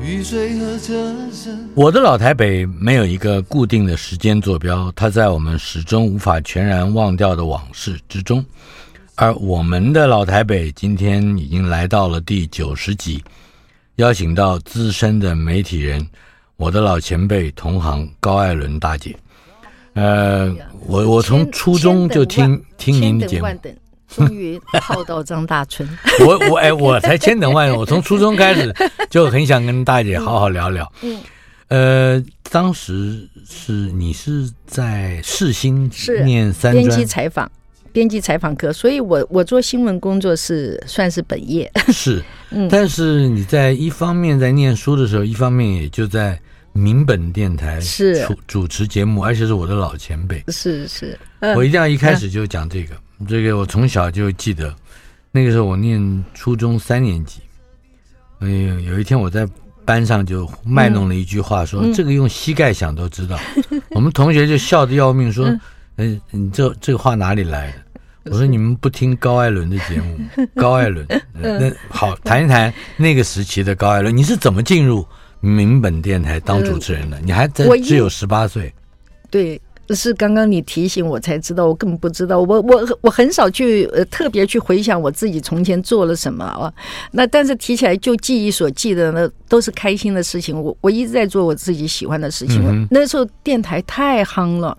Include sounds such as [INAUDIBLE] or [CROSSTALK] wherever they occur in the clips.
雨水和车声，我的老台北没有一个固定的时间坐标，它在我们始终无法全然忘掉的往事之中。而我们的老台北今天已经来到了第九十集，邀请到资深的媒体人，我的老前辈同行高艾伦大姐。呃，我我从千初中就听听您的千节等目万，等，终于泡到张大 [LAUGHS] 春。我我哎，我才千等万人，我从初中开始就很想跟大姐好好聊聊。嗯呃，当时是你是在世新是念三编辑专，采访，编辑采访科，所以我我做新闻工作是算是本业。是，嗯 [LAUGHS] 但是你在一方面在念书的时候，一方面也就在民本电台是主主持节目，而且是我的老前辈。是是， [LAUGHS] 我一定要一开始就讲这个，这个我从小就记得，那个时候我念初中三年级，哎呦，有一天我在班上就卖弄了一句话说，嗯这个用膝盖想都 [LAUGHS] 知道，我们同学就笑得要命，说，嗯、你这这个话哪里来的？我说你们不听高艾伦的节 [LAUGHS] 目，高艾伦，嗯呃那好谈一谈那个时期的高艾伦，你是怎么进入民本电台当主持人的？你还在嗯我一只有十八岁，对。是刚刚你提醒我才知道，我根本不知道，我我我很少去呃特别去回想我自己从前做了什么啊。那但是提起来就记忆所记得呢，都是开心的事情。我我一直在做我自己喜欢的事情。嗯哼那时候电台太夯了，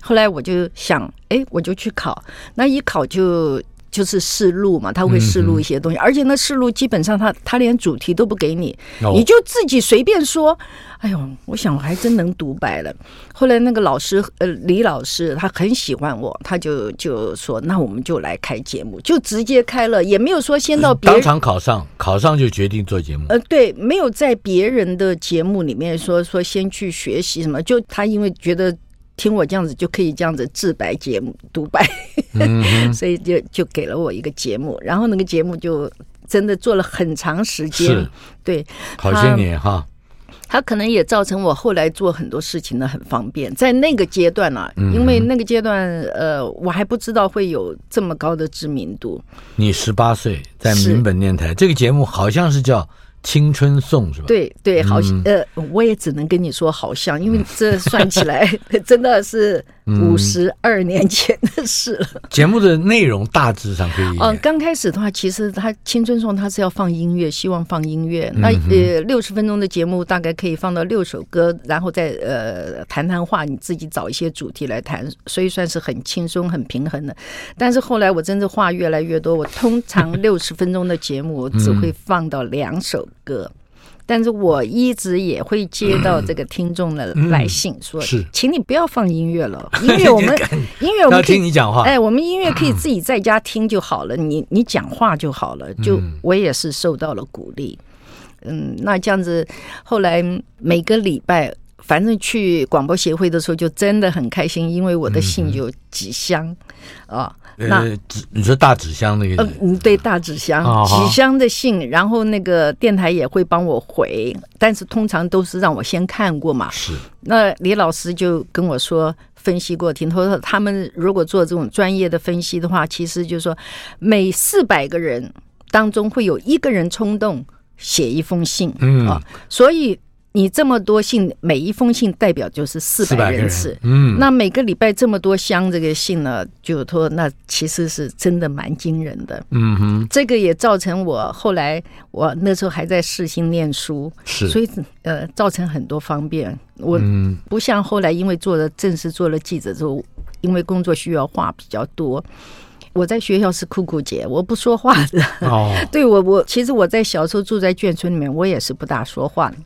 后来我就想，哎，我就去考。那一考就就是试录嘛，他会试录一些嗯东西，而且那试录基本上他他连主题都不给你，哦你就自己随便说。哎呦，我想我还真能独白了。后来那个老师，呃，李老师他很喜欢我，他就就说，那我们就来开节目，就直接开了，也没有说先到别当人。场考上，考上就决定做节目。呃，对，没有在别人的节目里面说说先去学习什么，就他因为觉得听我这样子就可以这样子自白节目独白，嗯 [LAUGHS] 所以就就给了我一个节目，然后那个节目就真的做了很长时间是，对，好些年哈，嗯它可能也造成我后来做很多事情呢很方便。在那个阶段啊，因为那个阶段呃，我还不知道会有这么高的知名度，你十八岁在是民本电台，这个节目好像是叫《青春颂》是吧？，嗯对对，好像、呃，我也只能跟你说好像，因为这算起来 [LAUGHS] 真的是嗯五十二年前的事了。节目的内容大致上可以。嗯、刚开始的话，其实他青春颂他是要放音乐，希望放音乐。嗯那呃，六十分钟的节目大概可以放到六首歌，然后再呃谈谈话，你自己找一些主题来谈，所以算是很轻松、很平衡的。但是后来我真的话越来越多，我通 [LAUGHS] 常六十分钟的节目我只会放到两首歌。但嗯是我一直也会接到这个听众的来信，说，是请你不要放音乐了，音乐 [LAUGHS] 我们音乐要我们可以听你讲话，哎，我们音乐可以自己在家听就好了，你你讲话就好了。就我也是受到了鼓励，嗯，那这样子，后来每个礼拜，反正去广播协会的时候，就真的很开心，因为我的信有几箱，啊，那呃，纸你说大纸箱那个呃，嗯，对，大纸箱哦，好纸箱的信，然后那个电台也会帮我回，但是通常都是让我先看过嘛，是那李老师就跟我说，分析过，听他说他们如果做这种专业的分析的话，其实就是说，每四百个人当中会有一个人冲动写一封信，嗯啊，所以你这么多信，每一封信代表就是四四百百个人人次。，嗯，那每个礼拜这么多箱这个信呢，就说那其实是真的蛮惊人的。嗯哼，这个也造成我后来我那时候还在世新念书，所是，以呃造成很多方便。我嗯，不像后来因为做了正式做了记者之后，因为工作需要话比较多，我在学校是酷酷姐，我不说话的。哦，对我，我其实我在小时候住在眷村里面，我也是不大说话的。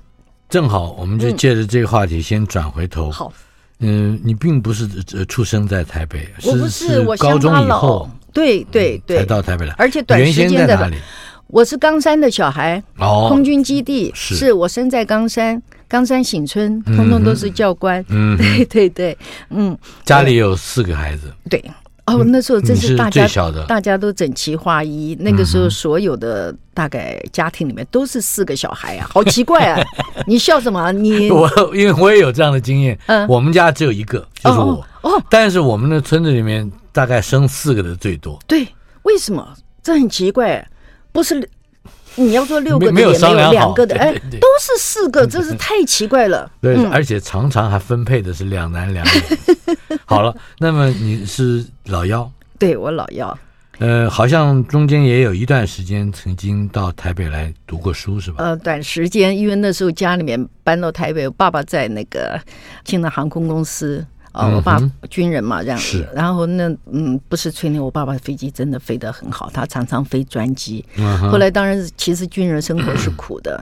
正好我们就借着这个话题先转回头。嗯好，嗯，你并不是呃出生在台北，我不是我高乡中巴以佬后。嗯对对才对，到台北来，而且短原时先间在哪的，里？我是冈山的小孩，哦，空军基地是我生在冈山，冈山醒村，嗯通通都是教官。嗯， [LAUGHS] 对对对，嗯，家里有四个孩子，对。哦，那时候嗯真你是是大家最小的，大家都整齐划一。那个时候，所有的大概家庭里面都是四个小孩啊，好奇怪 [LAUGHS] 啊！你笑什么？你哦我 [LAUGHS] 因为我也有这样的经验，嗯我们家只有一个，就是我，哦哦哦，但是我们的村子里面大概生四个的最多，对，为什么？这很奇怪，不是你要说六个的没没有也没商量有好两个的，对哎对，对都是四个，真是太奇怪了。对，而且常常还分配的是两男两女。 [LAUGHS] 好了，那么你是老幺，对我老要，呃，好像中间也有一段时间曾经到台北来读过书，是吧？呃，短时间，因为那时候家里面搬到台北，我爸爸在那个青岛航空公司。啊、嗯哼我爸军人嘛，这样子是然后那嗯，不是吹牛，我爸爸飞机真的飞得很好，他常常飞专机。嗯哼后来当然是，其实军人生活是苦的，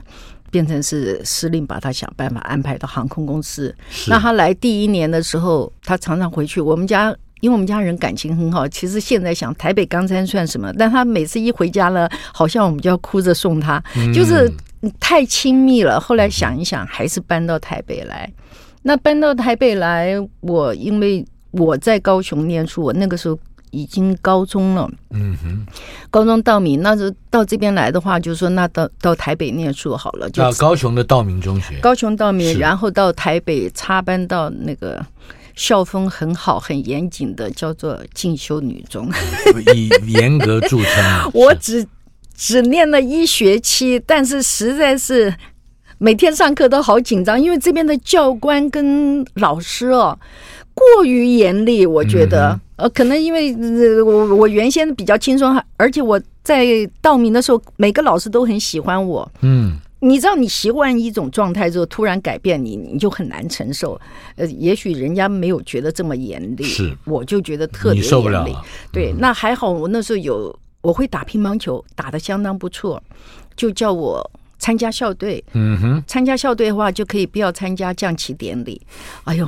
变成是司令把他想办法安排到航空公司。是那他来第一年的时候，他常常回去。我们家因为我们家人感情很好，其实现在想台北冈山算什么？但他每次一回家了，好像我们就要哭着送他，就是太亲密了。后来想一想，还是搬到台北来。那搬到台北来，我因为我在高雄念书，我那个时候已经高中了。嗯哼，高中到民，那就到这边来的话，就说那到到台北念书好了，就到高雄的道明中学，高雄到民，是然后到台北插班到那个校风很好、很严谨的叫做进修女中。。以严格著称啊 [LAUGHS] 我只只念了一学期，但是实在是每天上课都好紧张，因为这边的教官跟老师哦过于严厉，我觉得。呃，可能因为、呃我我原先比较轻松，而且我在道明的时候，每个老师都很喜欢我。嗯，你知道，你习惯一种状态之后，突然改变你，你就很难承受。呃，也许人家没有觉得这么严厉，是我就觉得特你别受不了严厉。了，嗯对，那还好，我那时候有我会打乒乓球，打得相当不错，就叫我参加校队。嗯哼，参加校队的话，就可以不要参加降旗典礼。哎呦，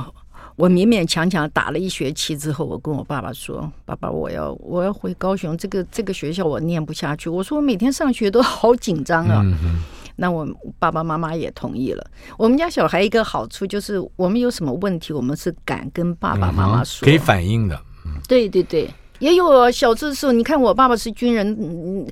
我勉勉强强打了一学期之后，我跟我爸爸说：“爸爸，我要我要回高雄，这个这个学校我念不下去。”我说：“我每天上学都好紧张啊。嗯哼，那我爸爸妈妈也同意了。我们家小孩一个好处就是，我们有什么问题，我们是敢跟爸爸妈妈说。嗯可以反映的，对对对，也有啊小的时候，你看我爸爸是军人，嗯，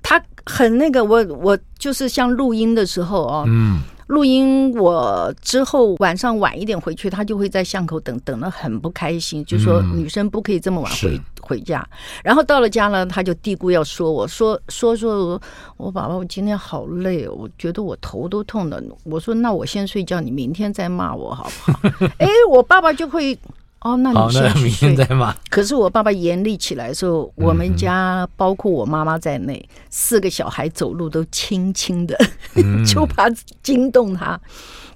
他很那个，我我就是像录音的时候哦，嗯，录音我之后晚上晚一点回去，他就会在巷口等，等得很不开心，就说嗯女生不可以这么晚回、是回家。然后到了家呢，他就嘀咕要说我说说说我我爸爸我今天好累，我觉得我头都痛了。我说那我先睡觉，你明天再骂我好 [LAUGHS] 不好？哎，我爸爸就会哦，那好，你先那去明睡天。再骂。可是我爸爸严厉起来的时候，我们家包括我妈妈在内，四个小孩走路都轻轻的， [LAUGHS] 就怕惊动他。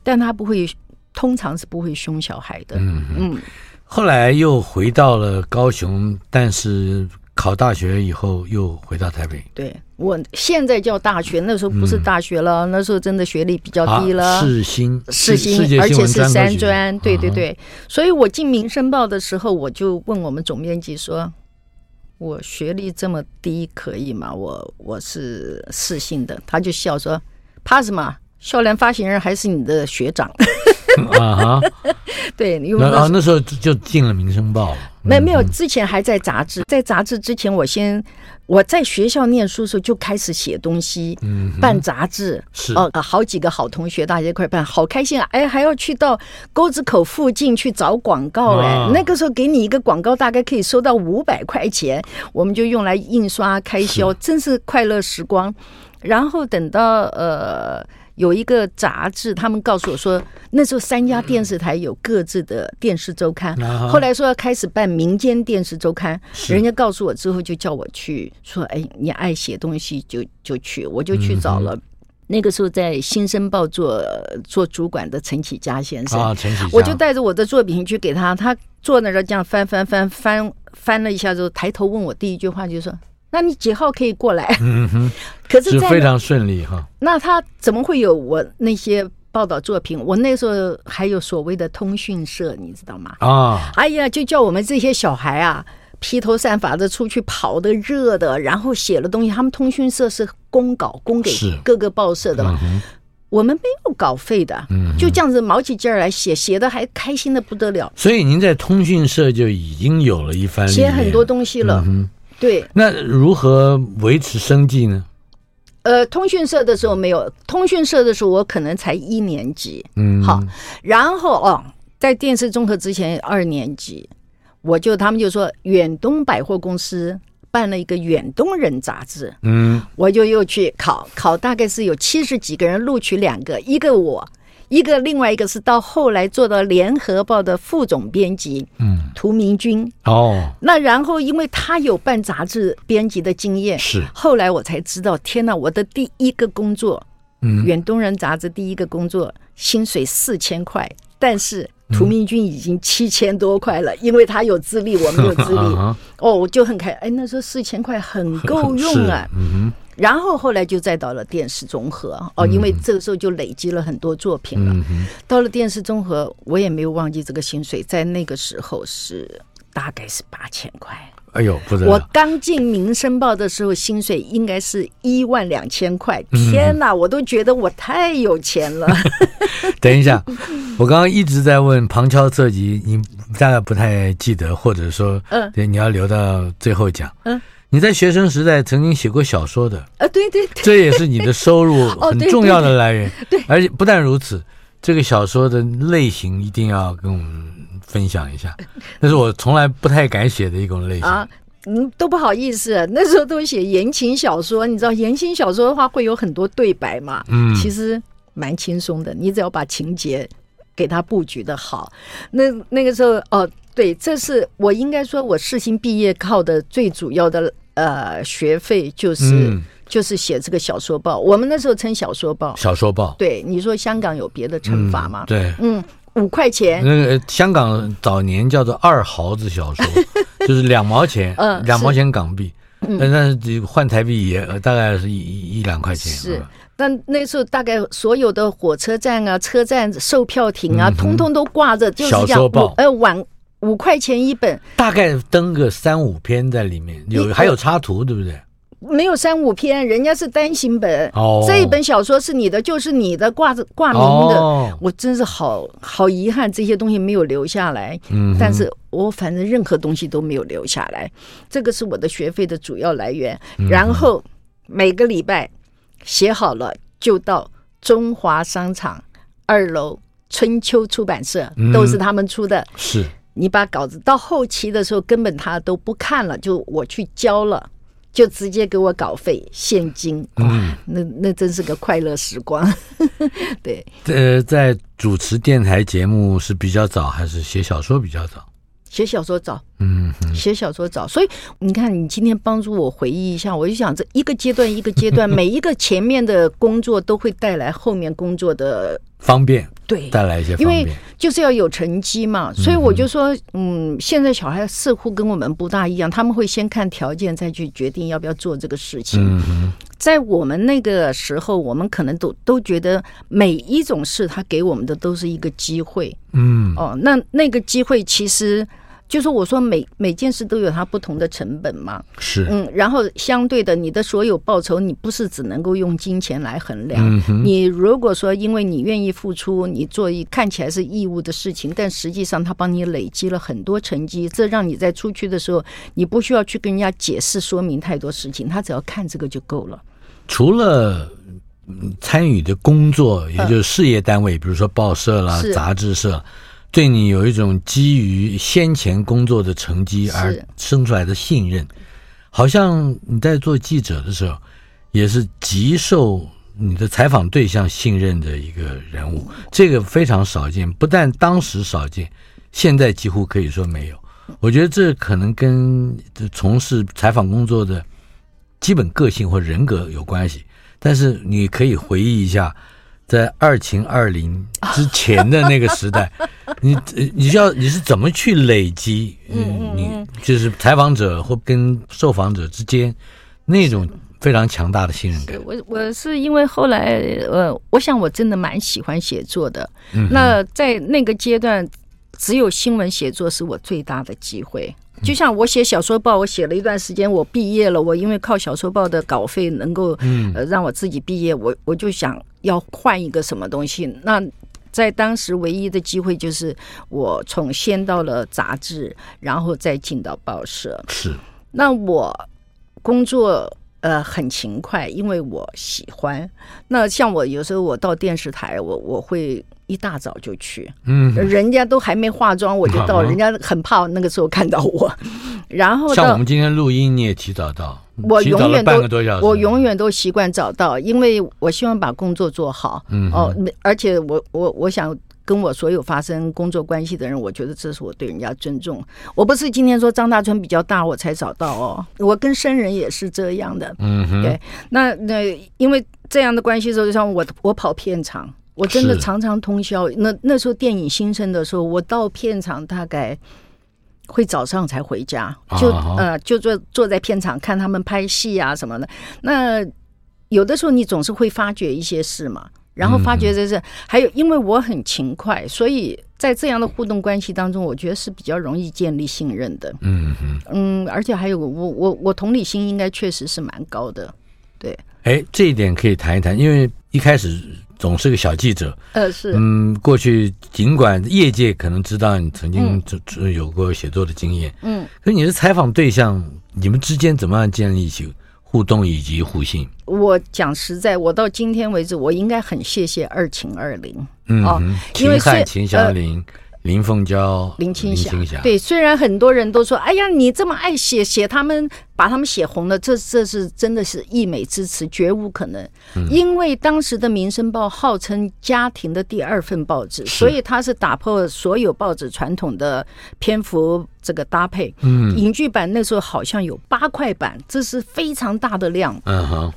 但他不会，通常是不会凶小孩的。嗯嗯，后来又回到了高雄，但是考大学以后又回到台北，对我现在叫大学，那时候不是大学了，那时候真的学历比较低了。啊，世新，世是新，界而新且闻是专三科学专，对嗯对哼对。所以我进《民生报》的时候，我就问我们总编辑说：“我学历这么低，可以吗？我我是世新的。”他就笑说：“怕什么？校联发行人还是你的学长。 [LAUGHS] 啊哈，”对，因为那那啊嗯时那时候就进了《民生报》了，没没有之前还在杂志，在杂志之前，我先我在学校念书的时候就开始写东西，嗯哼，办杂志。是哦、呃好几个好同学，大家一块办，好开心啊！哎，还要去到沟子口附近去找广告，哎、啊那个时候给你一个广告，大概可以收到五百块钱，我们就用来印刷开销，真是快乐时光。然后等到呃。有一个杂志，他们告诉我说，那时候三家电视台有各自的电视周刊，啊哈后来说要开始办民间电视周刊，人家告诉我之后就叫我去说，哎，你爱写东西就就去，我就去找嗯了。那个时候在《新生报做》做主管的陈启佳先生，啊，陈启我就带带着我的作品去给他，他坐那儿这样翻翻翻翻翻了一下之后，抬头问我第一句话就说：“那你几号可以过来？” [LAUGHS] 嗯哼，可是是在非常顺利哈。那他怎么会有我那些报道作品？我那时候还有所谓的通讯社，你知道吗？啊，哎呀，就叫我们这些小孩啊，披头散发的出去跑的热的，然后写了东西。他们通讯社是公稿，公给是各个报社的嘛。嗯哼我们没有稿费的，就这样子卯起劲儿来写，写的还开心的不得了，所以您在通讯社就已经有了一番历写练嗯很多东西了。对，那如何维持生计呢？呃，通讯社的时候没有，通讯社的时候我可能才一年级，嗯，好，然后哦，在电视综合之前二年级，我就他们就说远东百货公司办了一个远东人杂志，嗯，我就又去考，考大概是有七十几个人录取两个，一个我，一个另外一个是到后来做到联合报的副总编辑，嗯，涂明君，哦，那然后，因为他有办杂志编辑的经验，是后来我才知道，天哪！我的第一个工作，嗯，《远东人》杂志第一个工作，薪水四千块，但是涂明君已经七千多块了，因为他有资历，我没有资历 [LAUGHS] 啊哈，哦，我就很开，哎，那时候四千块很够用啊是，嗯然后后来就再到了电视综合哦，因为这个时候就累积了很多作品了。到了电视综合，我也没有忘记这个薪水，在那个时候是大概是八千块。哼，哎呦，不得我了，刚进《民生报》的时候，薪水应该是一万两千块。天哪，我都觉得我太有钱了。等一下，我刚刚一直在问旁敲侧击，你大概不太记得，或者说，嗯对，你要留到最后讲。嗯，你在学生时代曾经写过小说的，啊，对对对，这也是你的收入 [LAUGHS] 哦很对重要的来源。对，而且不但如此，这个小说的类型一定要跟我们分享一下，那是我从来不太敢写的一种类型。啊。嗯，都不好意思，那时候都写言情小说，你知道言情小说的话会有很多对白嘛，嗯，其实蛮轻松的，你只要把情节给它布局的好。那那个时候，哦，对，这是我应该说，我世新毕业靠的最主要的呃学费就是、嗯就是写这个小说报，我们那时候称小说报。小说报，对，你说香港有别的嗯惩罚吗？对，嗯，五块钱。那个呃香港早年叫做二毫子小 [LAUGHS] 说，就是两毛钱，嗯两毛钱港币，但但是换台币也呃大概是一一一两块钱。是嗯，但那时候大概所有的火车站啊、车站售票亭啊，通通都挂着，就嗯是小这样说报五呃晚五块钱一本，大概登个三五篇在里面，有你还有插图，对不对？没有三五篇，人家是单行本。哦这一本小说是你的，就是你的，挂着挂名的。哦我真是好好遗憾，这些东西没有留下来。嗯，但是我反正任何东西都没有留下来，这个是我的学费的主要来源。嗯然后每个礼拜写好了，就到中华商场二楼春秋出版社，嗯都是他们出的。是，你把稿子到后期的时候，根本他都不看了，就我去交了，就直接给我稿费现金，哇，那那真是个快乐时光。 [LAUGHS] 对，呃，在主持电台节目是比较早，还是写小说比较早？写小说早，嗯，写小说早，所以你看，你今天帮助我回忆一下，我就想这一个阶段一个阶段，每一个前面的工作都会带来后面工作的方便对带来一些方因为便。就是要有成绩嘛，所以我就说，嗯，现在小孩似乎跟我们不大一样，他们会先看条件，再去决定要不要做这个事情。嗯在我们那个时候，我们可能都都觉得每一种事他给我们的都是一个机会。嗯，哦，那那个机会其实就是我说每每件事都有它不同的成本嘛。是，嗯，然后相对的，你的所有报酬，你不是只能够用金钱来衡量。你如果说因为你愿意付出，你做一看起来是义务的事情，但实际上它帮你累积了很多成绩，这让你在出去的时候，你不需要去跟人家解释说明太多事情，他只要看这个就够了。除了嗯参与的工作，也就是事业单位，比如说报社啦嗯是、杂志社，对你有一种基于先前工作的成绩而是生出来的信任，好像你在做记者的时候，也是极受你的采访对象信任的一个人物，这个非常少见，不但当时少见，现在几乎可以说没有。我觉得这可能跟这从事采访工作的基本个性或人格有关系，但是你可以回忆一下在二秦二零之前的那个时代，你呃你要你是怎么去累积？嗯，你就是采访者或跟受访者之间那种非常强大的信任感。我我是因为后来呃，我想我真的蛮喜欢写作的。那在那个阶段，只有新闻写作是我最大的机会。就像我写小说报，我写了一段时间，我毕业了，我因为靠小说报的稿费能够、呃让我自己毕业，我我就想要换一个什么东西。那在当时唯一的机会就是我从先到了杂志，然后再进到报社。是，那我工作呃很勤快，因为我喜欢。那像我有时候我到电视台，我我会一大早就去，嗯，人家都还没化妆我就到，啊人家很怕那个时候看到我。然后像我到们今天录音，你也提早到，我提早永了远半个多小都时，我永远都习惯早到，因为我希望把工作做好。嗯哦，而且我我我想。跟我所有发生工作关系的人，我觉得这是我对人家尊重。我不是今天说张大春比较大我才早到哦，我跟生人也是这样的。嗯哼，对，那那因为这样的关系之后，就像我我跑片场，我真的是常常通宵。那那时候电影兴盛的时候，我到片场大概会早上才回家，就、啊哈呃就坐坐在片场看他们拍戏啊什么的。那有的时候你总是会发觉一些事嘛，然后发觉这是、嗯还有，因为我很勤快，所以在这样的互动关系当中，我觉得是比较容易建立信任的。嗯哼，嗯，而且还有我我我同理心应该确实是蛮高的，对，哎，这一点可以谈一谈，因为一开始总是个小记者，呃是，嗯，过去尽管业界可能知道你曾经只只有过写作的经验，嗯，可是你的采访对象，你们之间怎么样建立起互动以及互信？我讲实在，我到今天为止，我应该很谢谢二秦二零嗯哦哼，因为秦汉、是秦祥林、林凤娇、林青霞。霞，对，虽然很多人都说，哎呀，你这么爱写，写他们把他们写红了，这这是真的是溢美之词，绝无可能。因为当时的《民生报》号称家庭的第二份报纸，所以它是打破所有报纸传统的篇幅这个搭配。嗯，影剧版那时候好像有八块版，这是非常大的量。嗯哼，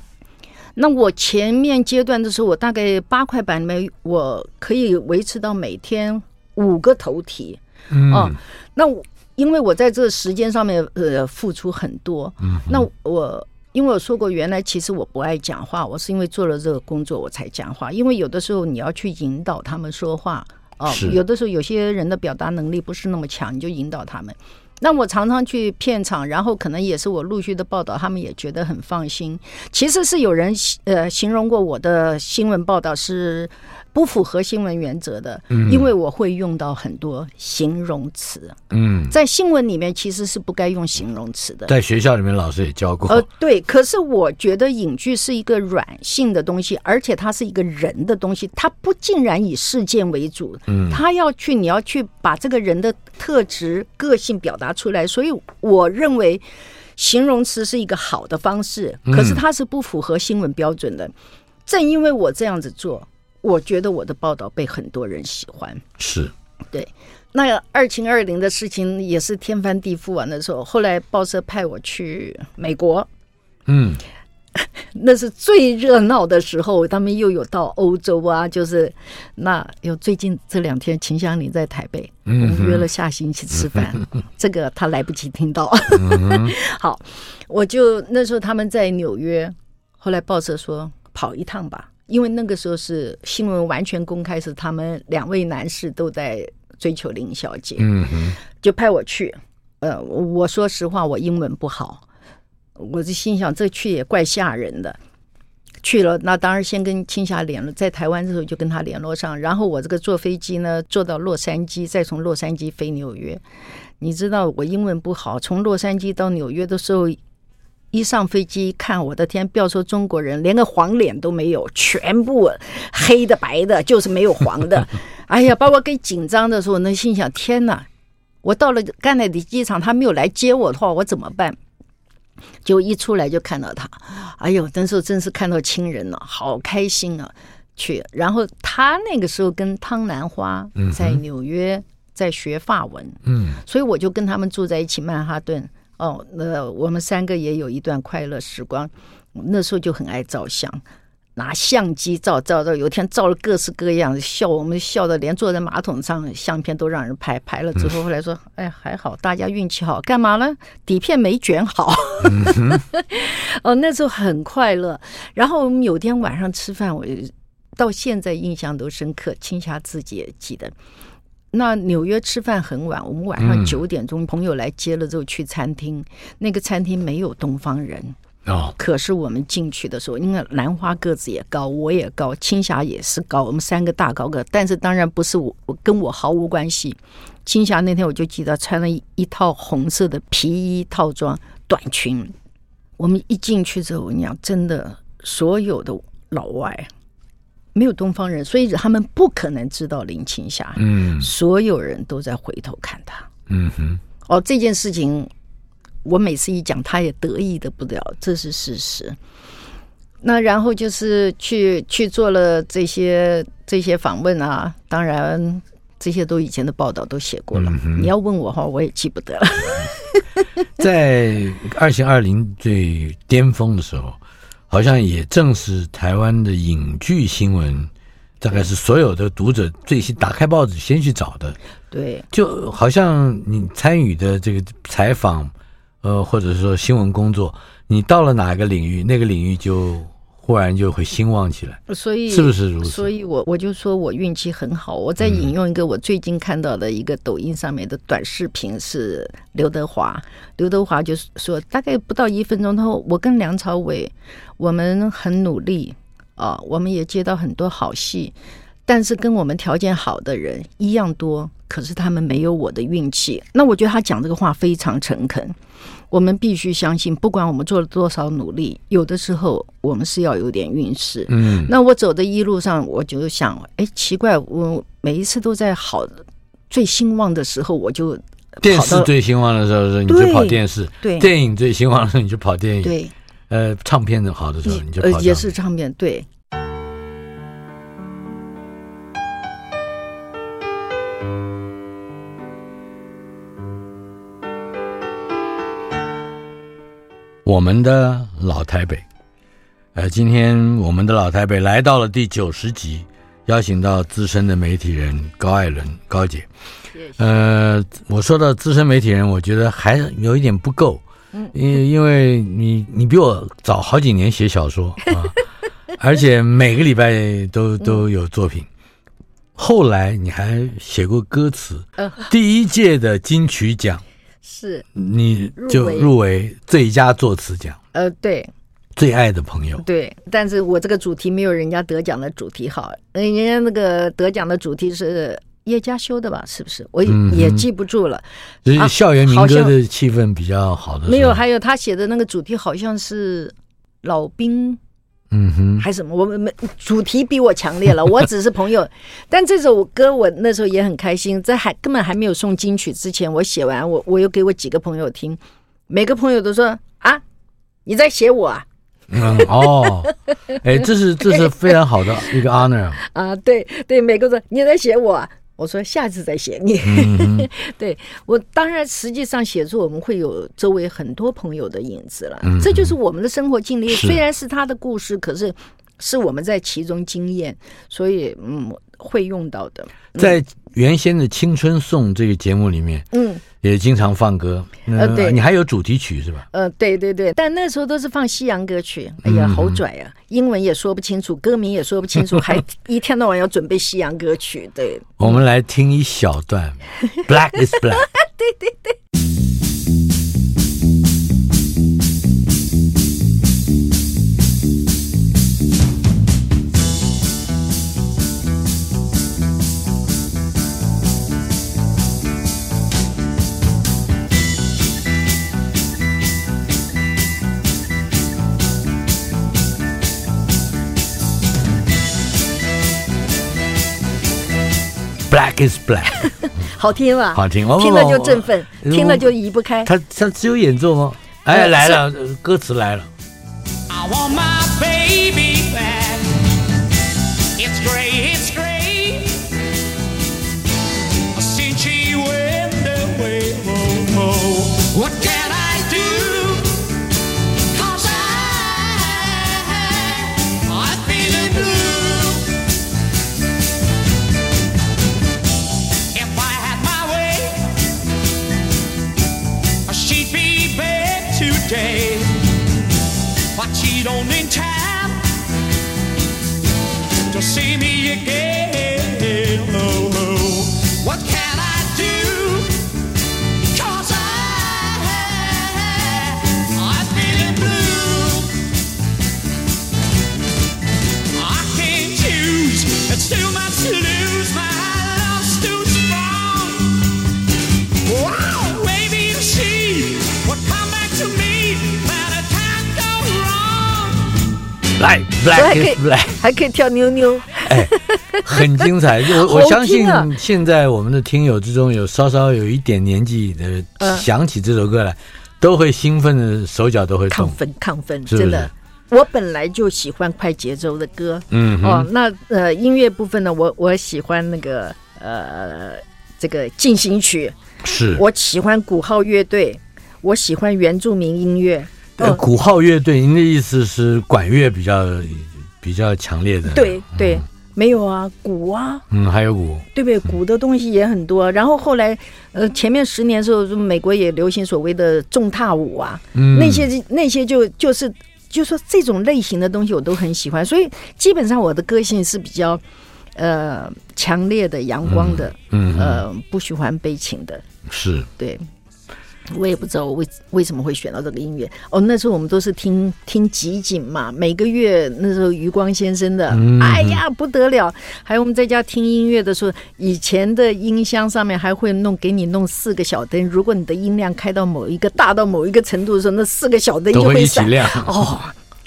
那我前面阶段的时候，我大概八块版里面，我可以维持到每天五个头题。嗯，哦，那我因为我在这个时间上面呃付出很多，嗯，那我。因为我说过，原来其实我不爱讲话，我是因为做了这个工作我才讲话。因为有的时候你要去引导他们说话，哦、是有的时候有些人的表达能力不是那么强，你就引导他们。那我常常去片场，然后可能也是我陆续的报道，他们也觉得很放心。其实是有人呃形容过我的新闻报道是不符合新闻原则的，因为我会用到很多形容词，嗯，在新闻里面其实是不该用形容词的。在学校里面老师也教过，呃，对，可是我觉得影剧是一个软性的东西，而且它是一个人的东西，它不竟然以事件为主，嗯，它要去，你要去把这个人的特质、个性表达出来，所以我认为。形容词是一个好的方式，可是它是不符合新闻标准的。正因为我这样子做，我觉得我的报道被很多人喜欢。是，对，那二秦二零的事情也是天翻地覆啊。那时候，后来报社派我去美国，嗯， [LAUGHS] 那是最热闹的时候。他们又有到欧洲啊，就是那有最近这两天秦香林在台北，我们约了下星期吃饭，这个他来不及听到。 [LAUGHS] 好，我就那时候他们在纽约，后来报社说跑一趟吧，因为那个时候是新闻完全公开，是他们两位男士都在追求林小姐。嗯哼，就派我去。呃，我我说实话，我英文不好，我就心想这去也怪吓人的。去了，那当然先跟青霞联络，在台湾的时候就跟她联络上，然后我这个坐飞机呢，坐到洛杉矶，再从洛杉矶飞纽约。你知道我英文不好，从洛杉矶到纽约的时候，一上飞机看，我的天，不要说中国人，连个黄脸都没有，全部黑的白的，就是没有黄的。哎呀，把我给紧张的时候，那心想天哪，我到了甘乃迪机场，他没有来接我的话，我怎么办？就一出来就看到他，哎呦，那时候真是看到亲人了，好开心啊！去，然后他那个时候跟汤兰花在纽约在学法文，嗯，所以我就跟他们住在一起曼哈顿。哦，那我们三个也有一段快乐时光，那时候就很爱照相。拿相机照照照，有一天照了各式各样，笑我们笑的连坐在马桶上，相片都让人拍，拍了之后后来说，哎还好大家运气好，干嘛呢？底片没卷好， [LAUGHS] 哦那时候很快乐。然后我们有天晚上吃饭，我到现在印象都深刻，青霞自己也记得。那纽约吃饭很晚，我们晚上嗯九点钟，朋友来接了之后去餐厅，那个餐厅没有东方人，哦，可是我们进去的时候，因为兰花个子也高，我也高，青霞也是高，我们三个大高个。但是当然不是我，我跟我毫无关系。青霞那天我就记得穿了一一套红色的皮衣套装短裙。我们一进去之后，我跟你讲，真的所有的老外没有东方人，所以他们不可能知道林青霞。嗯所有人都在回头看他。嗯哼，哦，这件事情，我每次一讲，他也得意的不得了，这是事实。那然后就是去去做了这些这些访问啊，当然这些都以前的报道都写过了。嗯你要问我哈，我也记不得了。 [LAUGHS] 在二零二零最巅峰的时候，好像也正是台湾的影剧新闻，大概是所有的读者最先打开报纸先去找的，对，就好像你参与的这个采访，呃，或者说新闻工作，你到了哪个领域，那个领域就忽然就会兴旺起来，所以是不是如所此？嗯以我我就说我运气很好。我在引用一个我最近看到的一个抖音上面的短视频，是刘德华。刘德华就是说，大概不到一分钟，他说我跟梁朝伟，我们很努力啊，我们也接到很多好戏，但是跟我们条件好的人一样多，可是他们没有我的运气。那我觉得他讲这个话非常诚恳。我们必须相信，不管我们做了多少努力，有的时候我们是要有点运势。嗯那我走的一路上，我就想，哎，奇怪，我每一次都在好最兴旺的时候，我就电跑视到最兴旺的时候是你就跑对电视，对电影最兴旺的时候你就跑电影，对，呃，唱片的好的时候你就跑呃唱也片是唱片对。我们的老台北。呃，今天我们的老台北来到了第九十集，邀请到资深的媒体人高艾伦高姐。呃，我说到资深媒体人，我觉得还有一点不够，嗯因因为你你比我早好几年写小 [LAUGHS] 说啊，而且每个礼拜嗯都都有作品。后来你还写过歌词嗯，第一届的金曲奖是，你就入围入围最佳作词奖。呃，对最爱的朋友，对，但是我这个主题没有人家得奖的主题好，人家那个得奖的主题是叶嘉修的吧？是不是？我也嗯哼也记不住了。就是啊校园民好歌像的气氛比较好的时候。没有，还有他写的那个主题好像是老兵嗯哼，还是什么，我们没主题比我强烈了，我只是朋友。但这首歌我那时候也很开心，在还根本还没有送金曲之前，我写完我我又给我几个朋友听，每个朋友都说啊，你在写我啊嗯哦， [LAUGHS] 哎，这是这是非常好的一个 honor，啊，对对，每个都说你在写我、啊。我说下次再写你，嗯 [LAUGHS] 对我当然实际上写作我们会有周围很多朋友的影子了，这就是我们的生活经历。嗯是虽然是他的故事，可是是我们在其中经验，所以嗯会用到的。在原先的《青春颂》这个节目里面嗯，也经常放歌，呃呃对你还有主题曲是吧？呃，对对对，但那时候都是放西洋歌曲，哎嗯呀，好拽啊！英文也说不清楚，歌名也说不清楚，还一天到晚要准备西洋歌曲，对，我们来听一小段，Black is Black。Black is black，好听吧？好听哦听了就振奋，哦听了就移不开。他他只有演奏吗？哎，呃来了，歌词来了， I want my baby back. It's great, it's great. Since she went away, oh, oh. what can I do? 'Cause I, I feel to see me again. Oh, oh. What can I do? Cause I, I'm feeling blue. I can't choose. It's too much to lose. My love's too strong. Wow, maybe you see what come back to me by the time goes wrong. 来所以 black 还可 is 以 black，还可以跳妞妞，哎，很精彩。 [LAUGHS] 我好我相信听啊现在我们的听友之中有稍稍有一点年纪的，嗯想起这首歌来，都会兴奋的手脚都会亢动。奋亢奋，是不是真的。我本来就喜欢快节奏的歌，嗯哼哦，那呃音乐部分呢，我我喜欢那个呃这个进行曲，是，我喜欢鼓号乐队，我喜欢原住民音乐，呃嗯鼓号乐队，您的意思是管乐比较比较强烈的？对，对，没有啊，鼓啊，嗯，还有鼓，对不对？鼓的东西也很多。然后后来，呃，前面十年的时候，就美国也流行所谓的重踏舞啊，嗯那些那些就就是就说这种类型的东西我都很喜欢，所以基本上我的个性是比较呃强烈的、阳光的，嗯嗯呃，不喜欢悲情的，是对。我也不知道我为为什么会选到这个音乐哦。那时候我们都是听听集锦嘛，每个月那时候余光先生的，嗯哎呀不得了！还有我们在家听音乐的时候，以前的音箱上面还会弄给你弄四个小灯，如果你的音量开到某一个大到某一个程度的时候，那四个小灯都就会一起闪亮。哦，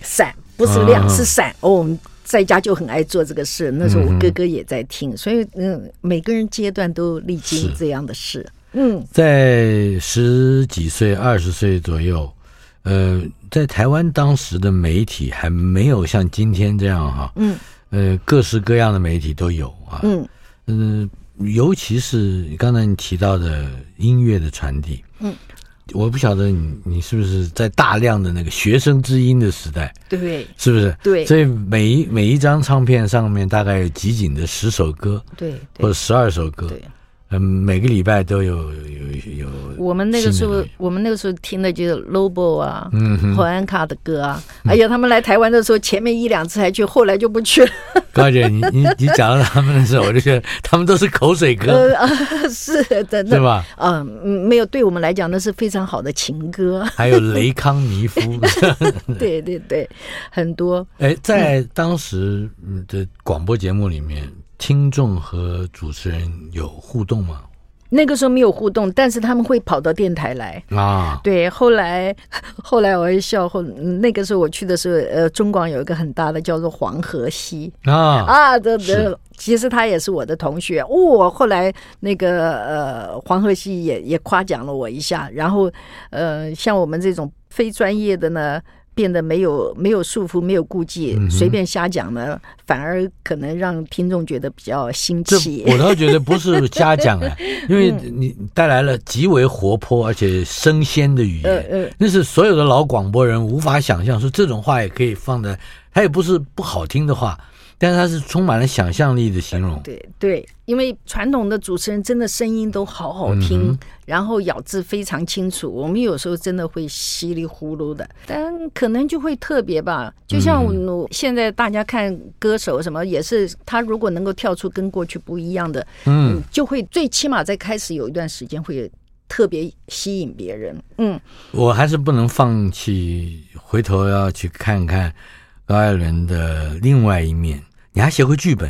闪不是亮、啊是闪哦。我们在家就很爱做这个事，那嗯时候我哥哥也在听，所以嗯，每个人阶段都历经这样的事。嗯，在十几岁、二十岁左右，呃，在台湾当时的媒体还没有像今天这样哈，嗯，呃，各式各样的媒体都有啊，嗯嗯、尤其是刚才你提到的音乐的传递，嗯，我不晓得你你是不是在大量的那个学生之音的时代，对是不是？对所以每一每一张唱片上面大概有集锦的十首歌对或者对十二首歌，对。嗯，每个礼拜都有有有。我们那个时新的候东西，我们那个时候听的就是 Lobo 啊，嗯哼侯安卡的歌啊。哎呀，他们来台湾的时候，前面一两次还去，后来就不去了。 [LAUGHS] 高姐，你你你讲到他们的时候，我就觉得他们都是口水歌，呃，啊是的，那对？吧？嗯，没有，对我们来讲那是非常好的情 [LAUGHS] 歌。还有雷康尼 [LAUGHS] 夫，对对对，很多。哎，在当时嗯的广播节目里面，听众和主持人有互动吗？那个时候没有互动，但是他们会跑到电台来。啊，对，后来 [LAUGHS] 后来我还笑，后嗯那个时候我去的时候，呃，中广有一个很大的叫做黄河西啊，啊，这是这其实他也是我的同学哦。后来那个呃黄河西也也夸奖了我一下，然后呃像我们这种非专业的呢。变得没有没有束缚，没有顾嗯忌，随便瞎讲呢，反而可能让听众觉得比较新这奇。我倒觉得不是瞎讲啊，因为嗯你带来了极为活泼而且生鲜的语 [LAUGHS] 呃言呃，那是所有的老广播人无法想象，说这种话也可以放在，它也不是不好听的话，但是它是充满了想象力的形容。对对，因为传统的主持人真的声音都好好听，然后咬字非常清楚。我们有时候真的会稀里糊涂的，但可能就会特别吧。就像我我现在大家看歌手什么，也是他如果能够跳出跟过去不一样的，嗯，就会最起码在开始有一段时间会特别吸引别人。嗯，我还是不能放弃，回头要去看看高艾伦的另外一面。你还写过剧本，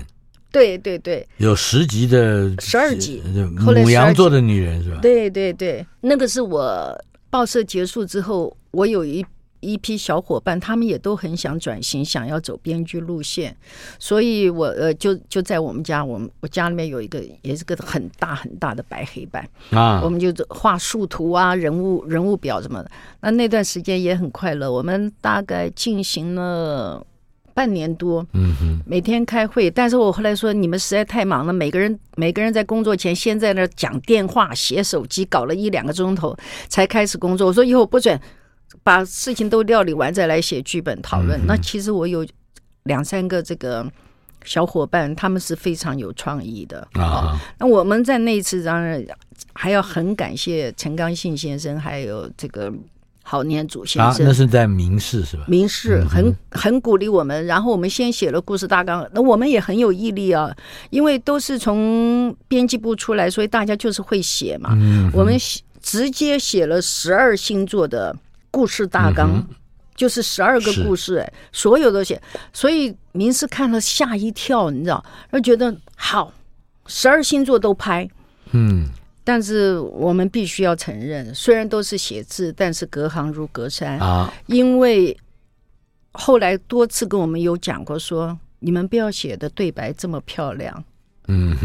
对对对。有十集的12集呃后来母羊座的女人是吧？对对对，那个是我报社结束之后，我有一一批小伙伴，他们也都很想转型，想要走编剧路线，所以我呃就就在我们家，我们我家里面有一个也是个很大很大的白黑板，啊我，们就画树图啊、人物人物表什么的。那那段时间也很快乐，我们大概进行了半年多，嗯哼，每天开会，但是我后来说你们实在太忙了，每个人每个人在工作前先在那儿讲电话、写手机，搞了一两个钟头才开始工作。我说以后不准把事情都料理完再来写剧本讨嗯论。那其实我有两三个这个小伙伴，他们是非常有创意的啊哦那我们在那一次当然还要很感谢陈刚信先生，还有这个郝念祖先啊，生。那是在明示是吧？明示嗯很很鼓励我们，然后我们先写了故事大纲，那我们也很有毅力啊，因为都是从编辑部出来，所以大家就是会写嘛。嗯我们写直接写了十二星座的故事大纲，就是十二个嗯是故事，哎所有都写，所以明示看了吓一跳，你知道，他觉得好，十二星座都拍，嗯，但是我们必须要承认，虽然都是写字，但是隔行如隔山啊，因为后来多次跟我们有讲过说，你们不要写的对白这么漂亮，嗯，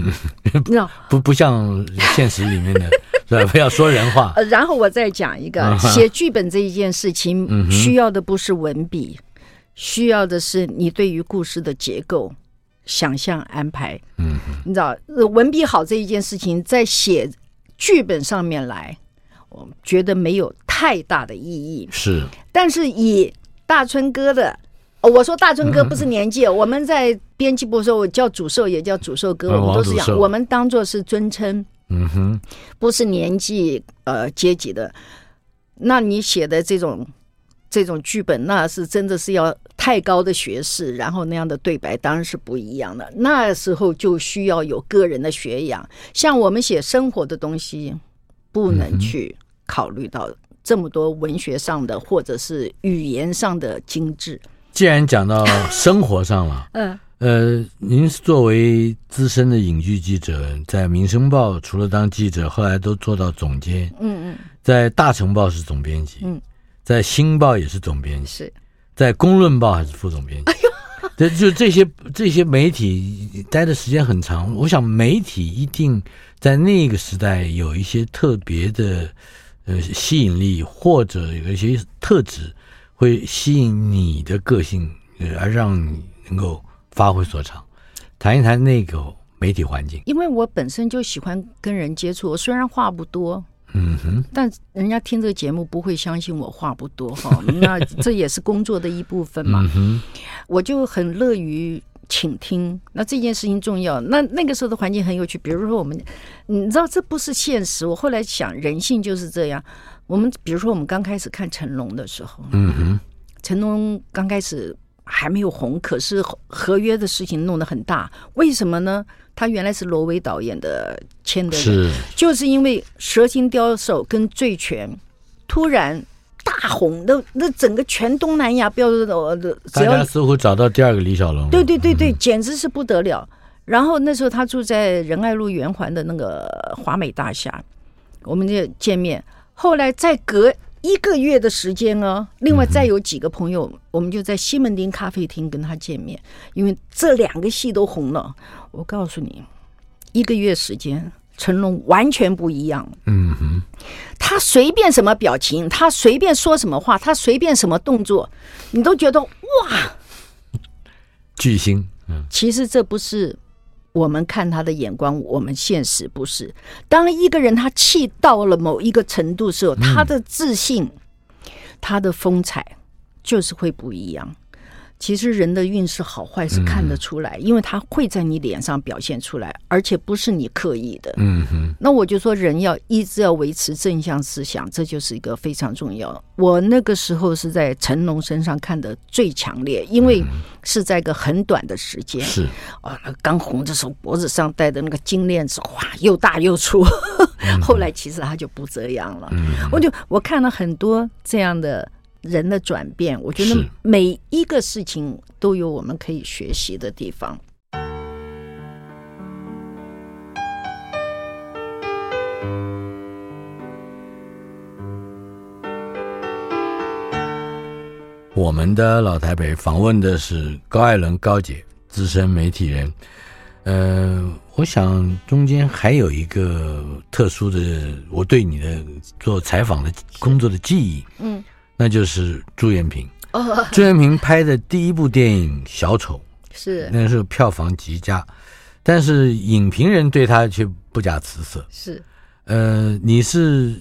你知道？不不像现实里面的，是吧？不要 [LAUGHS] 说人话呃，然后我再讲一啊个，写剧本这一件事嗯情，需要的不是文笔，需要的是你对于故事的结构。想象安排，嗯，你知道，呃文笔好这一件事情，在写剧本上面来，我觉得没有太大的意义。是但是以大春哥的，哦我说大春哥嗯不是年纪，哦我们在编辑部的时候，我叫祖寿也叫祖寿哥，呃我们都是王祖讲，寿我们当做是尊称，嗯哼，不是年纪呃阶级的。那你写的这种这种剧本，那是真的是要太高的学识，然后那样的对白当然是不一样的。那时候就需要有个人的学养，像我们写生活的东西，不嗯能去考虑到这么多文学上的或者是语言上的精致。既然讲到生活上了，嗯，呃，您作为资深的影剧记者，在《民生报》除了当记者，后来都做到总监，嗯嗯，在《大成报》是总编辑，嗯，在《新报》也是总编辑，是在《公论报》还是副总哎编辑。这就这些这些媒体待的时间很长，我想媒体一定在那个时代有一些特别的呃吸引力，或者有一些特质会吸引你的个性，呃而让你能够发挥所长。谈一谈那个媒体环境，因为我本身就喜欢跟人接触，我虽然话不多，嗯哼，但人家听这个节目不会相信我话不多 [LAUGHS] 哈，那这也是工作的一部分嗯嘛。我就很乐于倾听，那这件事情重要。那那个时候的环境很有趣，比如说我们，你知道这不是现实。我后来想，人性就是这样。我们比如说我们刚开始看成龙的时候，嗯哼，成龙刚开始还没有红，可是合合约的事情弄得很大，为什么呢？他原来是罗维导演的签的人，是就是因为《蛇形刁手》跟《醉拳》突然大红，那那整个全东南亚，不要说呃只大要家似乎找到第二个李小龙了，对对对对，简直是不得了。然后那时候他住在仁爱路圆环的那个华美大厦，我们就见面。后来再隔一个月的时间哦，另外再有几个朋友，我们就在西门町咖啡厅跟他见面，因为这两个戏都红了。我告诉你，一个月时间，成龙完全不一样。嗯哼，他随便什么表情，他随便说什么话，他随便什么动作，你都觉得巨星，嗯其实这不是我们看他的眼光，我们现实不是。当一个人他气到了某一个程度的时候，他的自信、他的风采就是会不一样。其实人的运势好坏是看得嗯出来，因为他会在你脸上表现出来，而且不是你刻意的。嗯哼，那我就说，人要一直要维持正向思想，这就是一个非常重要。我那个时候是在成龙身上看的最强烈，因为是在一个很短的时间。嗯是啊，那刚红的时候脖子上戴的那个金链子，哇，又大又粗。 [LAUGHS] 后来其实他就不这样了。嗯我就我看了很多这样的人的转变，我觉得是每一个事情都有我们可以学习的地方。我们的老台北访问的是高艾伦高姐，资深媒体人。呃，我想中间还有一个特殊的，我对你的做采访的工作的记忆，嗯，那就是朱延平。哦， [LAUGHS] 朱延平拍的第一部电影《小丑》，是那时候票房极佳，但是影评人对他却不假辞色。是，呃，你是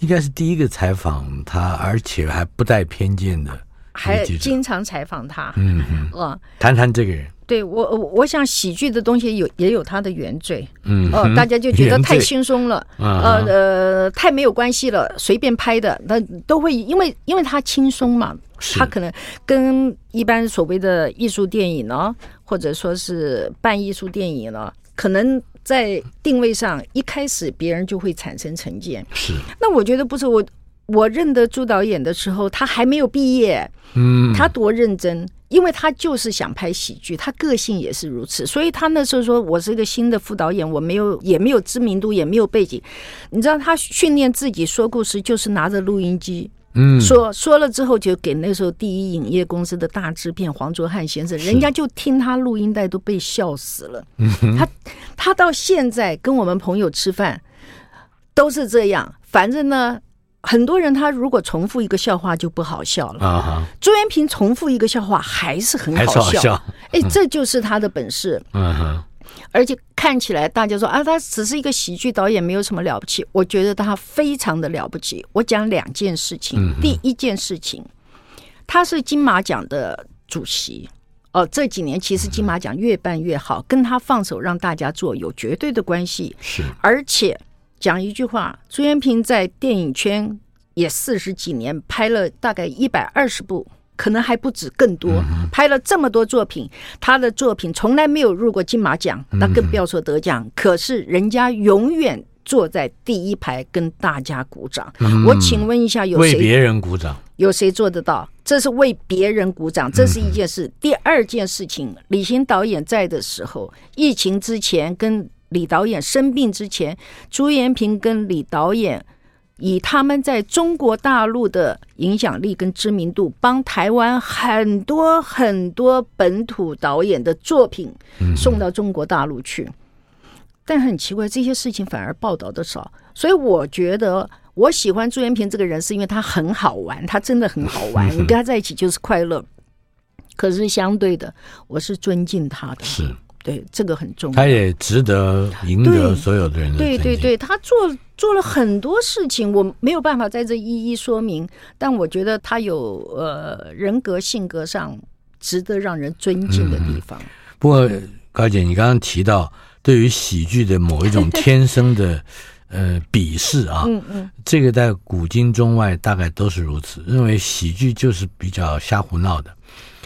应该是第一个采访他，而且还不带偏见的一个还记者。经常采访他。嗯哼，啊，谈谈这个人。对我，呃我我想喜剧的东西有也有它的原罪，嗯呃，哼大家就觉得原太罪轻松了，啊呃呃，太没有关系了，随便拍的，那都会因为因为它轻松嘛，是它可能跟一般所谓的艺术电影呢，或者说是半艺术电影呢，可能在定位上一开始别人就会产生成见。是，那我觉得不是我，我认得朱导演的时候，他还没有毕业，嗯，他多认真，因为他就是想拍喜剧，他个性也是如此，所以他那时候说我是一个新的副导演，我没有也没有知名度，也没有背景，你知道他训练自己说故事就是拿着录音机。嗯说说了之后，就给那时候第一影业公司的大制片黄卓汉先生，人家就听他录音带都被笑死了。嗯他他到现在跟我们朋友吃饭都是这样，反正呢，很多人他如果重复一个笑话就不好笑了。啊哈，周延平重复一个笑话还是很还是好好笑笑，哎，这就是他的本事。嗯哼，而且看起来大家说啊，他只是一个喜剧导演，没有什么了不起。我觉得他非常的了不起。我讲两件事情，嗯第一件事情，他是金马奖的主席。哦，这几年嗯其实金马奖越办越好，跟他放手让大家做有绝对的关系。是，而且讲一句话，朱延平在电影圈也四十几年，拍了大概一百二十部，可能还不止更多，嗯拍了这么多作品，他的作品从来没有入过金马奖，嗯那更不要说得奖。可是人家永远。坐在第一排跟大家鼓掌，我请问一下，有嗯为谁别人鼓掌，有谁做得到？这是为别人鼓掌，这是一件事。第二件事情，李行导演在的时候，疫情之前跟李导演生病之前，朱延平跟李导演以他们在中国大陆的影响力跟知名度，帮台湾很多很多本土导演的作品送到中国大陆去。但很奇怪，这些事情反而报道的少，所以我觉得我喜欢朱延平这个人，是因为他很好玩，他真的很好玩，你跟他在一起就是快乐。可是相对的，我是尊敬他的，是，对这个很重要他。也值得赢对得所有的人的对对尊敬，对，他做做了很多事情，我没有办法在这一一说明，但我觉得他有呃人格性格上值得让人尊敬的嗯地方。不过高姐，你刚刚提到对于喜剧的某一种天生的呃鄙视啊，嗯嗯，这个在古今中外大概都是如此，认为喜剧就是比较瞎胡闹的，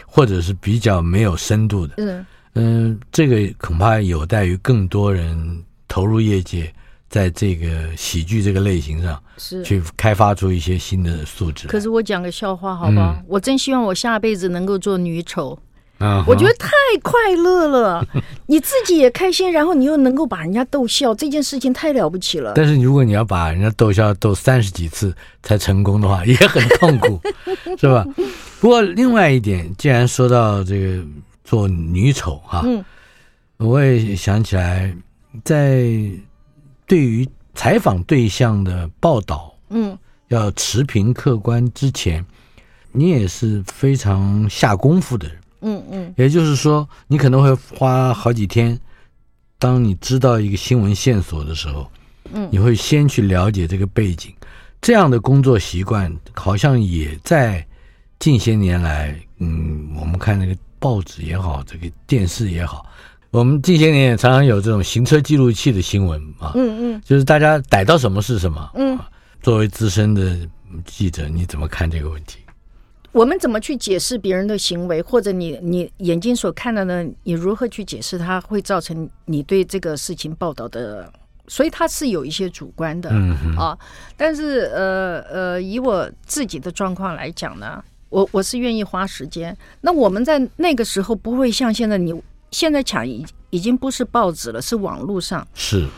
或者是比较没有深度的。嗯，嗯、这个恐怕有待于更多人投入业界，在这个喜剧这个类型上是。去开发出一些新的素质来。可是我讲个笑话好不好？嗯我真希望我下辈子能够做女丑，嗯哼，我觉得太快乐了，你自己也开心，然后你又能够把人家逗笑，这件事情太了不起了。但是如果你要把人家逗笑逗三十几次才成功的话，也很痛 [LAUGHS] 苦，是吧？不过另外一点，既然说到这个做女丑哈、嗯我也想起来，在对于采访对象的报道嗯，要持平客观之前，你也是非常下功夫的人。嗯嗯，也就是说，你可能会花好几天，当你知道一个新闻线索的时候，嗯你会先去了解这个背景。这样的工作习惯，好像也在近些年来，嗯，我们看那个报纸也好，这个电视也好，我们近些年也常常有这种行车记录器的新闻啊，嗯嗯，就是大家逮到什么是什么。嗯啊，作为资深的记者，你怎么看这个问题？我们怎么去解释别人的行为，或者你你眼睛所看的呢？你如何去解释它会造成你对这个事情报道的？所以它是有一些主观的，嗯哼，啊，但是呃呃，以我自己的状况来讲呢，我我是愿意花时间。那我们在那个时候不会像现在你现在抢已已经不是报纸了，是网络上。是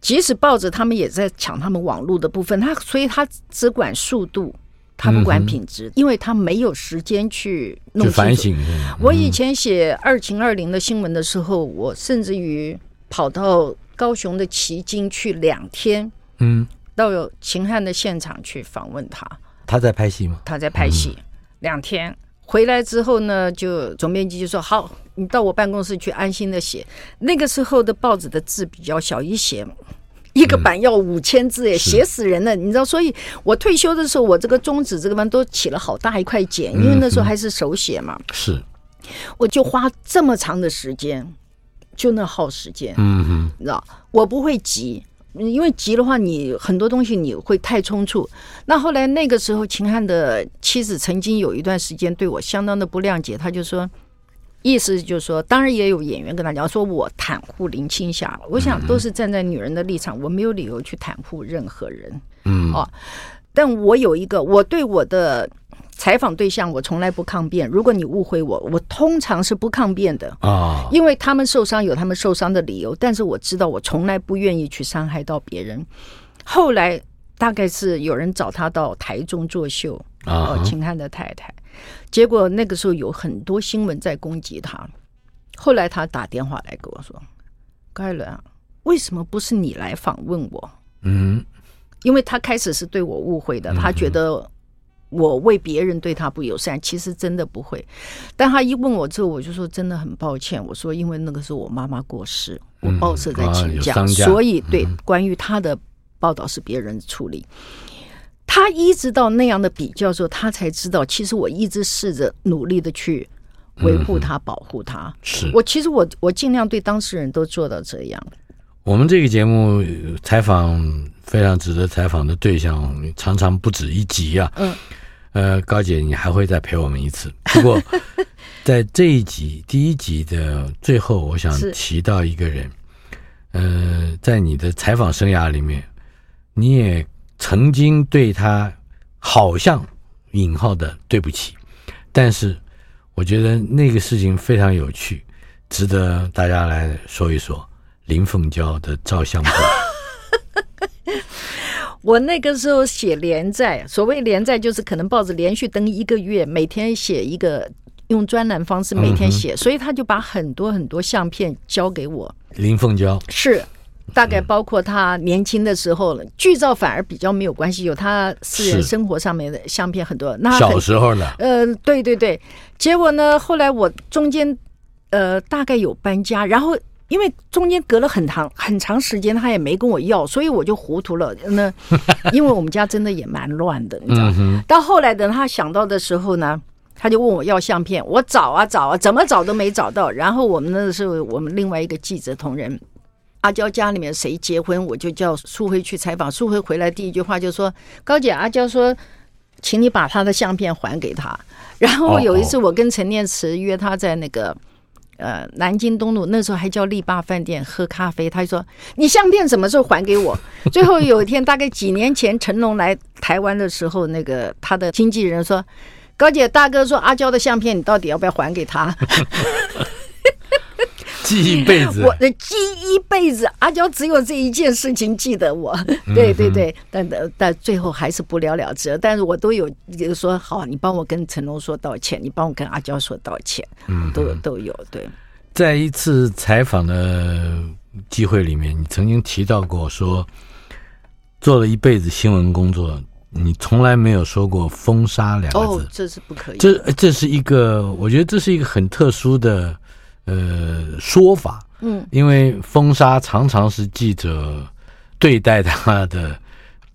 即使报纸他们也在抢他们网络的部分，他所以他只管速度，他不管品质，因为他没有时间去弄去反清楚省。是吧我以前写二秦二零的新闻的时候，我甚至于跑到高雄的旗津去两天，嗯，到有秦汉的现场去访问他，他在拍戏吗？他在拍戏、两天。回来之后呢，就总编辑就说：“好，你到我办公室去安心的写。”那个时候的报纸的字比较小，一写一个版要五千字，哎，写死人了，你知道。所以我退休的时候，我这个中指这个地方都起了好大一块茧，因为那时候还是手写嘛。是，我就花这么长的时间，就那耗时间，嗯哼，你知道，我不会急，因为急的话，你很多东西你会太冲突。那后来那个时候，秦汉的妻子曾经有一段时间对我相当的不谅解，他就说，意思就是说，当然也有演员跟他讲说，我袒护林青霞，我想都是站在女人的立场，我没有理由去袒护任何人，嗯啊，但我有一个，我对我的。采访对象，我从来不抗辩。如果你误会我，我通常是不抗辩的。啊，因为他们受伤有他们受伤的理由，但是我知道我从来不愿意去伤害到别人。后来大概是有人找他到台中作秀，啊哦，秦汉的太太，结果那个时候有很多新闻在攻击他。后来他打电话来跟我说：“盖伦啊，为什么不是你来访问我？”嗯，因为他开始是对我误会的，他觉得我为别人对他不友善，其实真的不会。但他一问我之后，我就说真的很抱歉，我说因为那个时候我妈妈过世，我报社在请啊假，有丧假所以对关于他的报道是别人处理。他一直到那样的比较之后，他才知道，其实我一直试着努力的去维护嗯他、保护他。是我其实我我尽量对当事人都做到这样。我们这个节目呃采访非常值得采访的对象，常常不止一集啊。嗯，呃，高姐，你还会再陪我们一次。不过，在这一集第一集的最后，我想是提到一个人，呃，在你的采访生涯里面，你也曾经对他好像引号的对不起，但是我觉得那个事情非常有趣，值得大家来说一说。林凤娇的照相 [LAUGHS] 本，我那个时候写连载，所谓连载就是可能报纸连续登一个月，每天写一个，用专栏方式每天写，嗯所以他就把很多很多相片交给我，林凤娇是。大概包括他年轻的时候了，剧照反而比较没有关系，有他私人是生活上面的相片很多。那他小很时候 [LAUGHS] 呢，呃，对对对，结果呢，后来我中间呃大概有搬家，然后因为中间隔了很长很长时间，他也没跟我要，所以我就糊涂了。那因为我们家真的也蛮乱的，你知道。到后来等他想到的时候呢。他就问我要相片，我找啊找啊，怎么找都没找到。然后我们那时候，我们另外一个记者同仁，阿娇家里面谁结婚，我就叫苏辉去采访。苏辉回来第一句话就说：“高姐，阿娇说，请你把她的相片还给她。”然后哦有一次，我跟陈念慈约她在那个。呃，南京东路那时候还叫力霸饭店喝咖啡，他就说：“你相片什么时候还给我？” [LAUGHS] 最后有一天，大概几年前，成龙来台湾的时候，那个他的经纪人说：“高姐，大哥说阿娇的相片，你到底要不要还给他？”记一辈子我。的记一辈子，阿娇只有这一件事情记得我。对对对，但但但最后还是不了了之。但是我都有有说好，你帮我跟成龙说道歉，你帮我跟阿娇说道歉，都有都有。对，在一次采访的机会里面，你曾经提到过说，做了一辈子新闻工作，你从来没有说过“封杀”两个哦字，。这是不可以。这这是一个，我觉得这是一个很特殊的呃说法。嗯，因为封杀常常是记者对待他的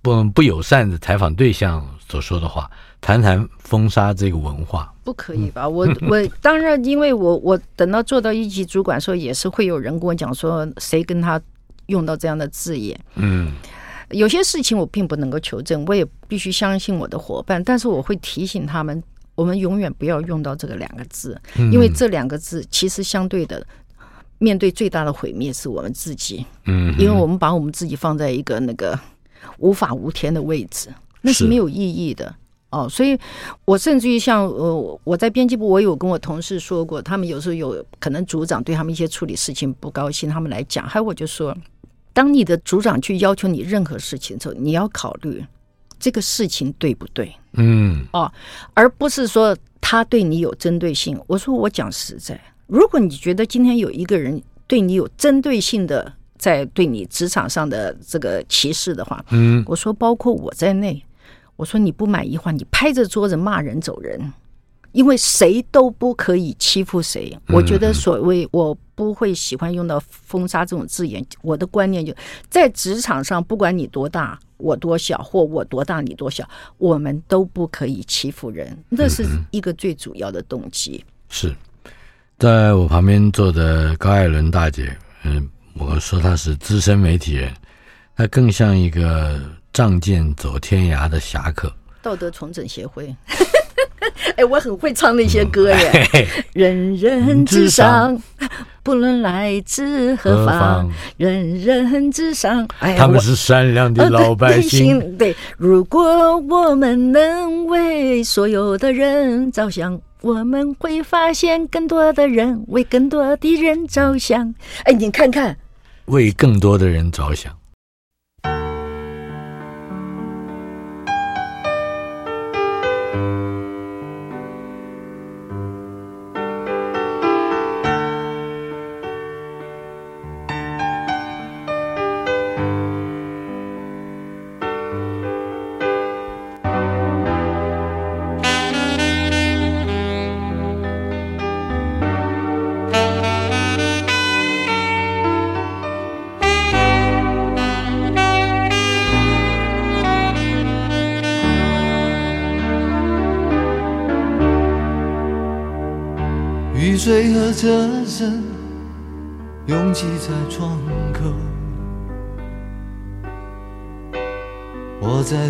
不不友善的采访对象所说的话。谈谈封杀这个文化，不可以吧？我我当然，因为我我等到做到一级主管的时候，也是会有人跟我讲说，谁跟他用到这样的字眼。嗯，有些事情我并不能够求证，我也必须相信我的伙伴，但是我会提醒他们，我们永远不要用到这个两个字，嗯因为这两个字其实相对的。面对最大的毁灭是我们自己，嗯，因为我们把我们自己放在一个那个无法无天的位置，那是是没有意义的哦。所以，我甚至于像呃，我在编辑部，我有跟我同事说过，他们有时候有可能组长对他们一些处理事情不高兴，他们来讲，还有我就说，当你的组长去要求你任何事情的时候，你要考虑这个事情对不对，哦嗯，而不是说他对你有针对性。我说我讲实在，如果你觉得今天有一个人对你有针对性的在对你职场上的这个歧视的话，嗯，我说包括我在内，我说你不满意的话，你拍着桌子骂人走人。因为谁都不可以欺负谁，我觉得所谓我不会喜欢用到封杀这种字眼。我的观念就在职场上，不管你多大，我多小，或我多大，你多小，我们都不可以欺负人，那是一个最主要的动机。是。在我旁边坐的高艾伦大姐，嗯，我说她是资深媒体人，她更像一个仗剑走天涯的侠客。 [LAUGHS] 道德重整协会。 [LAUGHS] 哎，我很会唱那些歌耶！人人至上，不论来自何何方方，人人至上。哎呀，他们我是善良的呃老对百 [LAUGHS] 对姓。心对，如果我们能为所有的人着想，我们会发现更多的人为更多的人着想。哎，你看看，为更多的人着想。雨水和车声拥挤在窗口，我在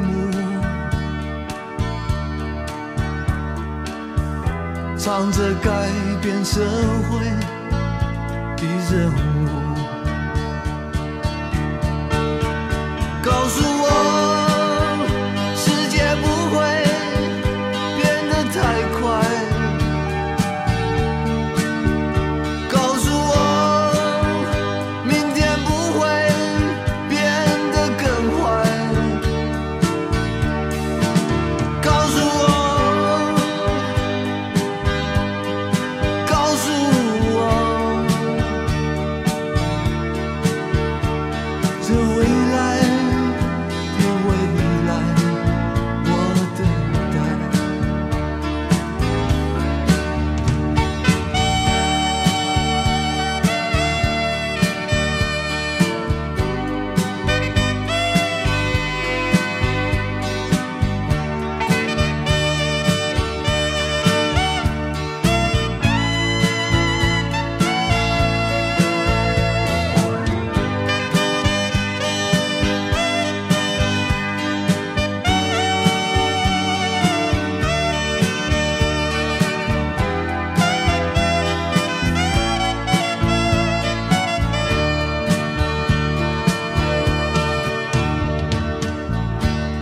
幕，唱着改变社会的任务。告诉我，世界不会变得太快。告诉我，明天不会变得更坏。告诉我，告诉我，这未来的未来，我等待。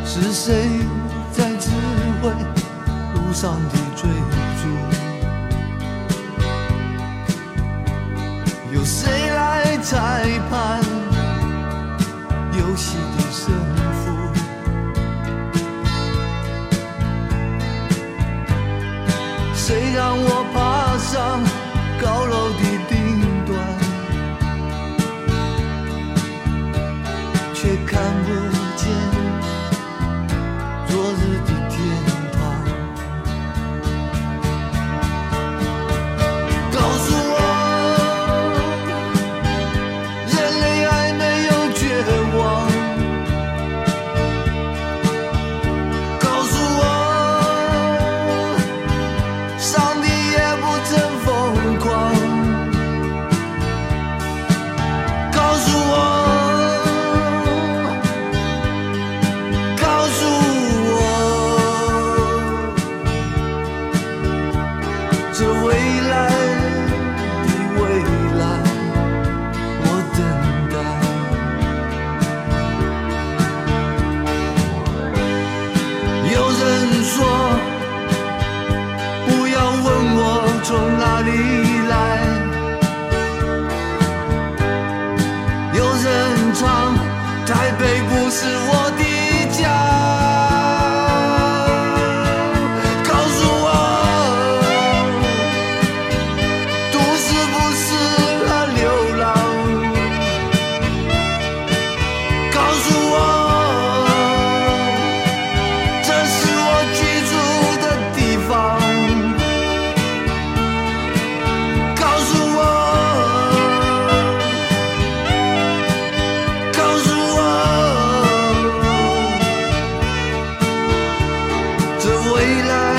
是谁在指挥路上的追逐？由谁来裁判游戏的胜负？谁让我爬上高楼的顶端？却看不见昨日的天堂。告诉我，人类还没有绝望。告诉我，上帝也不曾疯狂。未来。